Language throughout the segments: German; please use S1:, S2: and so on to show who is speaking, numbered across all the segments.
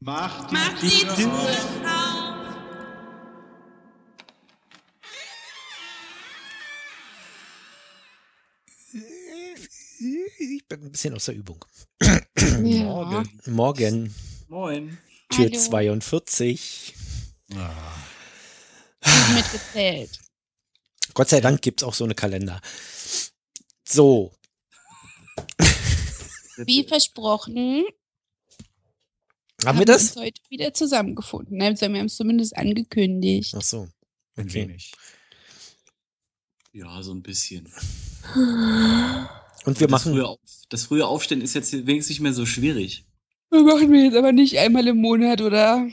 S1: Mach die,
S2: Mach die
S1: Tür
S2: Tür
S1: auf.
S2: auf.
S3: Ich bin ein bisschen aus der Übung.
S4: Ja.
S1: Morgen.
S3: Morgen,
S1: Moin.
S3: Tür
S4: Hallo.
S3: 42.
S4: Nicht mitgezählt.
S3: Gott sei Dank gibt es auch so eine Kalender. So,
S4: Wie versprochen,
S3: haben wir
S4: uns
S3: das?
S4: heute wieder zusammengefunden. Also wir haben es zumindest angekündigt.
S3: Ach so.
S1: Ein
S3: Okay.
S1: wenig.
S5: Ja, so ein bisschen.
S4: Wir
S3: Und wir
S5: das
S3: machen
S5: Frühe auf, das frühe Aufstehen ist jetzt wenigstens nicht mehr so schwierig.
S4: machen wir jetzt aber nicht einmal im Monat, oder?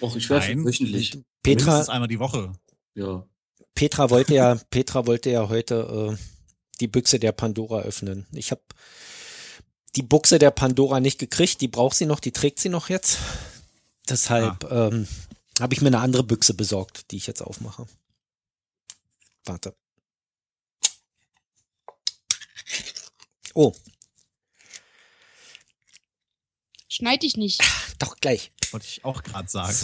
S5: Och, ich werfe
S1: Nein.
S5: wöchentlich.
S3: Petra
S1: Mindestens einmal die Woche.
S5: Ja.
S3: Petra wollte ja, Petra wollte ja heute äh, die Büchse der Pandora öffnen. Ich habe die Buchse der Pandora nicht gekriegt. Die braucht sie noch, die trägt sie noch jetzt. Deshalb
S4: Ah.
S3: ähm, habe ich mir eine andere Büchse besorgt, die ich jetzt aufmache. Warte. Oh,
S4: Schneid dich nicht.
S3: doch gleich.
S1: Wollte ich auch gerade sagen.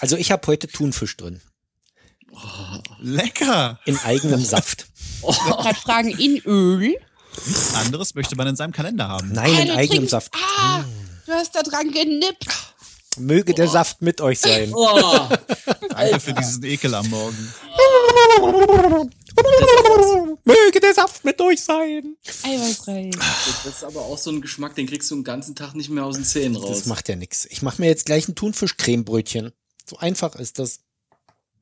S3: Also ich habe heute Thunfisch drin.
S5: Oh.
S1: Lecker.
S3: In eigenem Saft.
S4: Gerade fragen in Öl.
S1: Anderes möchte man in seinem Kalender haben.
S3: Nein, in
S4: du
S3: eigenem
S4: trinkst-
S3: Saft.
S4: Ah, du hast da dran genippt.
S3: Möge
S4: oh.
S3: der Saft mit euch sein.
S5: Oh.
S1: Danke für diesen Ekel am Morgen.
S3: Möge der Saft mit euch sein.
S4: Eiweißreich.
S5: Das ist aber auch so ein Geschmack, den kriegst du den ganzen Tag nicht mehr aus den Zähnen raus.
S3: Das macht ja nichts. Ich mache mir jetzt gleich ein Thunfisch-Cremebrötchen. So einfach ist das.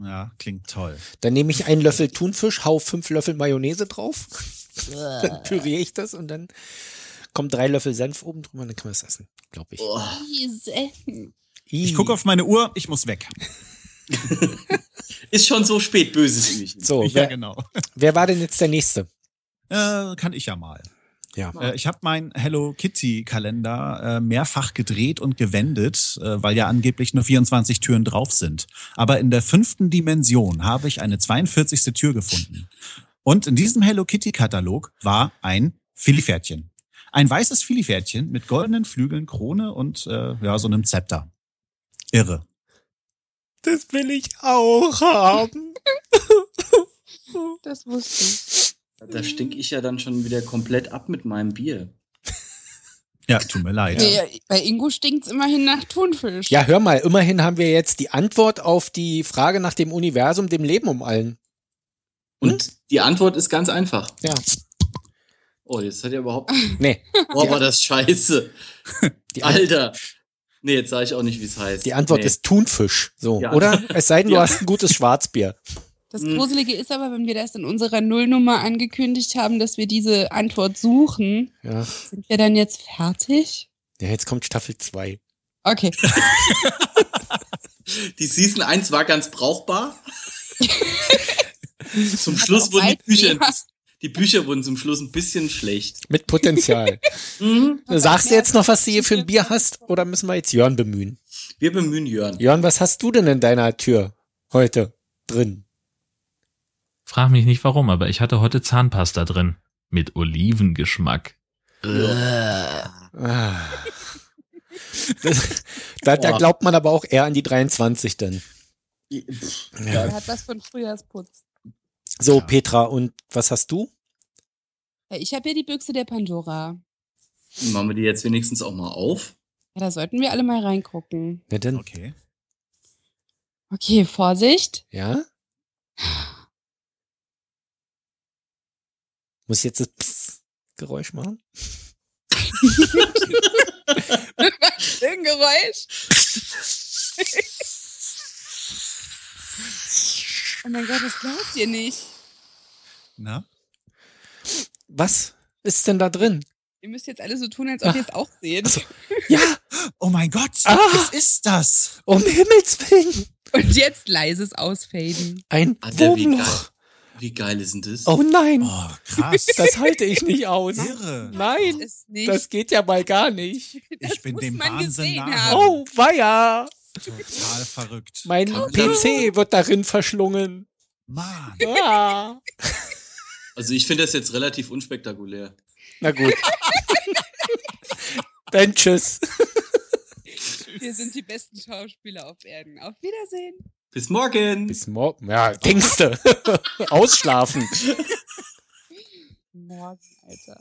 S1: Ja, klingt toll.
S3: Dann nehme ich einen Löffel Thunfisch, hau fünf Löffel Mayonnaise drauf, dann püriere ich das und dann kommen drei Löffel Senf oben drüber und dann kann man es essen, glaube ich.
S5: Oh.
S4: Diese.
S1: Ich gucke auf meine Uhr, ich muss weg.
S5: Ist schon so spät, böses Mädchen.
S3: So,
S1: ja,
S3: wer,
S1: genau.
S3: wer war denn jetzt der Nächste?
S1: Äh, kann ich ja mal.
S3: Ja.
S1: Äh, ich habe meinen Hello Kitty-Kalender äh, mehrfach gedreht und gewendet, äh, weil ja angeblich nur 24 Türen drauf sind. Aber in der fünften Dimension habe ich eine 42. Tür gefunden. Und in diesem Hello Kitty-Katalog war ein Filipferdchen. Ein weißes Filipferdchen mit goldenen Flügeln, Krone und äh, ja, so einem Zepter. Irre.
S3: Das will ich auch haben.
S4: Das wusste ich.
S5: Da stink ich ja dann schon wieder komplett ab mit meinem Bier.
S1: Ja, tut mir leid.
S4: Nee, bei Ingo stinkt's immerhin nach Thunfisch.
S3: Ja, hör mal, immerhin haben wir jetzt die Antwort auf die Frage nach dem Universum, dem Leben um allen.
S5: Und die Antwort ist ganz einfach.
S3: Hm? Ja.
S5: Oh, jetzt hat er überhaupt.
S3: Nee,
S5: Boah, war das scheiße.
S3: die, An-
S5: Alter. Nee, jetzt sage ich auch nicht, wie es heißt.
S3: die Antwort
S5: nee.
S3: ist Thunfisch. So,
S5: Ja.
S3: oder? Es sei denn, du
S5: Ja.
S3: hast ein gutes Schwarzbier.
S4: Das
S5: Mhm.
S4: Gruselige ist aber, wenn wir das in unserer Nullnummer angekündigt haben, dass wir diese Antwort suchen,
S3: Ja.
S4: sind wir dann jetzt fertig?
S3: Ja, jetzt kommt Staffel 2.
S4: Okay.
S5: Die Season 1 war ganz brauchbar. zum
S4: Hat
S5: Schluss
S4: auch
S5: wurden die
S4: weit
S5: Bücher,
S4: mehr-
S5: die Bücher wurden zum Schluss ein bisschen schlecht.
S3: Mit Potenzial.
S5: Mhm.
S3: Sagst du jetzt noch, was du hier für ein Bier hast? Oder müssen wir jetzt Jörn bemühen?
S5: Wir bemühen Jörn.
S3: Jörn, was hast du denn in deiner Tür heute drin?
S6: Frag mich nicht warum, aber ich hatte heute Zahnpasta drin. Mit Olivengeschmack.
S3: Ah. Das, da, da glaubt man aber auch eher an die 23 denn. Ja.
S4: Er hat was von Frühjahrsputz.
S3: So, Petra, und was hast du?
S4: Ja, Ich habe ja die Büchse der Pandora.
S5: Machen wir die jetzt wenigstens auch mal auf.
S4: Ja, da sollten wir alle mal reingucken.
S3: Na denn,
S1: Okay.
S4: Okay, Vorsicht.
S3: ja? Muss ich jetzt das Pss Geräusch machen?
S4: Ein Geräusch. oh mein Gott, das glaubt ihr nicht.
S1: Na?
S3: Was ist denn da drin?
S4: Ihr müsst jetzt alle so tun, als ob ihr es auch seht.
S3: Ja,
S1: Oh mein Gott,
S3: Ah!
S1: was ist das?
S3: um Himmels Willen.
S4: Und jetzt leises Ausfaden.
S3: Ein
S5: Ah, der wie
S3: Wurmloch.
S5: Wie geil ist denn das?
S3: Oh nein,
S1: Oh, krass.
S3: das halte ich nicht aus.
S1: Irre.
S3: Nein,
S4: Ist nicht.
S3: das geht ja mal gar nicht.
S4: Das
S1: Ich bin
S4: muss
S1: dem
S4: man
S1: Wahnsinn
S4: gesehen
S1: nahe.
S4: haben.
S3: Oh, weia.
S1: Total verrückt.
S3: Mein PC wird darin verschlungen.
S1: Mann.
S3: Ah.
S5: Also ich finde das jetzt relativ unspektakulär.
S3: Na gut. Dann tschüss.
S4: Wir Wir sind die besten Schauspieler auf Erden. Auf Wiedersehen.
S5: Bis morgen.
S3: Bis morgen. Ja, Dingste. Ausschlafen.
S4: Morgen, Alter.